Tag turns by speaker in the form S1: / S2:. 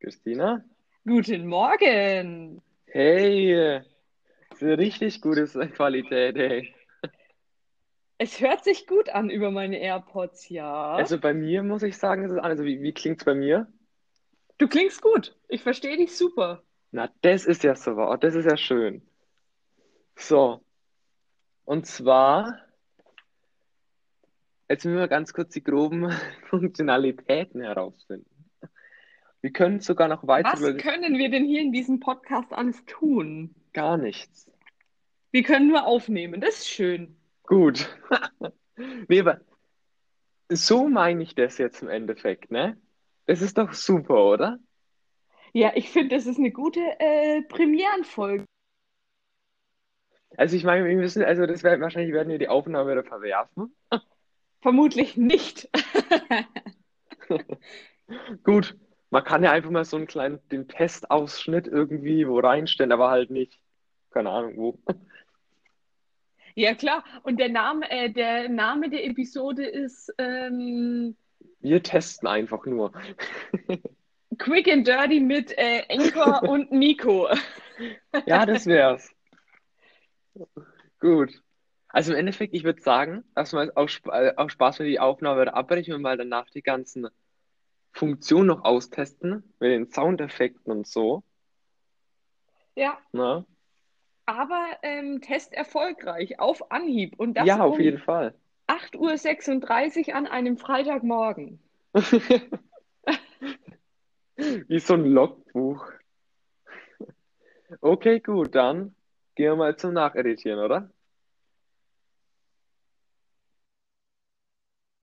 S1: Christina.
S2: Guten Morgen.
S1: Hey, das ist eine richtig gute Qualität, hey.
S2: Es hört sich gut an über meine AirPods, ja.
S1: Also bei mir muss ich sagen, das ist also wie, wie klingt's bei mir?
S2: Du klingst gut. Ich verstehe dich super.
S1: Na, das ist ja so wahr, das ist ja schön. So. Und zwar, jetzt müssen wir ganz kurz die groben Funktionalitäten herausfinden. Wir können sogar noch weiter
S2: Was können wir denn hier in diesem Podcast alles tun?
S1: gar nichts.
S2: Wir können nur aufnehmen. Das ist schön.
S1: Gut. nee, aber so meine ich das jetzt im Endeffekt, ne? Das ist doch super, oder?
S2: Ja, ich finde, das ist eine gute äh, Premierenfolge.
S1: Also ich meine, wir müssen, also das werden wahrscheinlich werden wir die Aufnahme wieder verwerfen.
S2: Vermutlich nicht.
S1: Gut, man kann ja einfach mal so einen kleinen, den Testausschnitt irgendwie wo reinstellen, aber halt nicht, keine Ahnung wo.
S2: Ja, klar. Und der Name, äh, der Name der Episode ist ähm,
S1: Wir testen einfach nur.
S2: Quick and Dirty mit äh, Anchor und Nico.
S1: Ja, das wär's. Gut. Also im Endeffekt, ich würde sagen, dass wir auf, Sp- äh, auf Spaß für die Aufnahme wieder abbrechen und mal danach die ganzen Funktionen noch austesten, mit den Soundeffekten und so.
S2: Ja,
S1: Ne?
S2: aber ähm, Test erfolgreich auf Anhieb. Und das
S1: Ja, auf
S2: um
S1: jeden Fall.
S2: 8.36 Uhr an einem Freitagmorgen.
S1: Wie so ein Logbuch. Okay, gut, dann gehen wir mal zum Nacheditieren, oder?